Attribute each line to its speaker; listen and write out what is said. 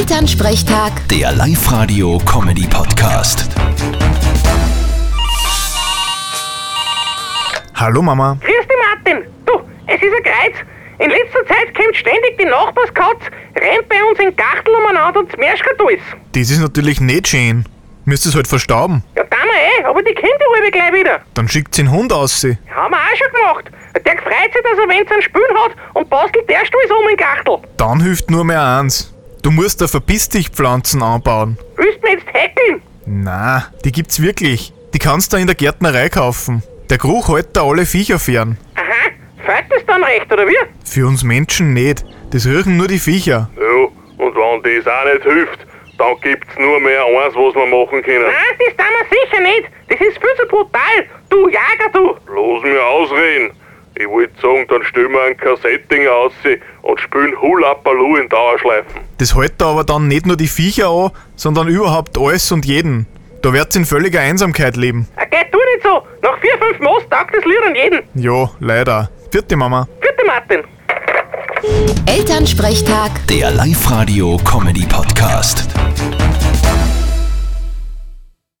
Speaker 1: Elternsprechtag,
Speaker 2: Der Live-Radio-Comedy-Podcast.
Speaker 3: Hallo Mama.
Speaker 4: Grüß dich, Martin. Du, es ist ein Kreuz. In letzter Zeit kommt ständig die Nachbarskatz, rennt bei uns in den Gartel umeinander und zmerschert alles.
Speaker 3: Das ist natürlich nicht schön. Müsst es halt verstauben.
Speaker 4: Ja, da mal eh, aber die Kinder ruhig gleich wieder.
Speaker 3: Dann schickt den Hund aus.
Speaker 4: Ja, haben wir auch schon gemacht. Der freut sich, dass er wenn's ein Spül hat und bastelt der alles um in den Gartel.
Speaker 3: Dann hilft nur mehr eins. Du musst da Verpiss dich Pflanzen anbauen.
Speaker 4: Willst du mir jetzt häkeln?
Speaker 3: Na, die gibt's wirklich. Die kannst du in der Gärtnerei kaufen. Der Geruch hält da alle Viecher fern.
Speaker 4: Aha, fällt das dann recht, oder wie?
Speaker 3: Für uns Menschen nicht. Das riechen nur die Viecher.
Speaker 5: Ja, und wenn das auch nicht hilft, dann gibt's nur mehr eins, was wir machen können.
Speaker 4: Nein, das tun wir sicher nicht. Das ist viel zu brutal. Du Jager, du.
Speaker 5: Lass mich ausreden. Ich wollte sagen, dann stellen wir ein Kassetting aus und spielen Hulapalu in Dauerschleifen.
Speaker 3: Das hält da aber dann nicht nur die Viecher an, sondern überhaupt alles und jeden. Da wird's in völliger Einsamkeit leben.
Speaker 4: Ah, Geh, tu nicht so. Nach vier, fünf Moss taugt das Lied an jeden.
Speaker 3: Ja, leider. Vierte Mama.
Speaker 4: Bitte, Martin.
Speaker 1: Elternsprechtag.
Speaker 2: Der Live-Radio-Comedy-Podcast.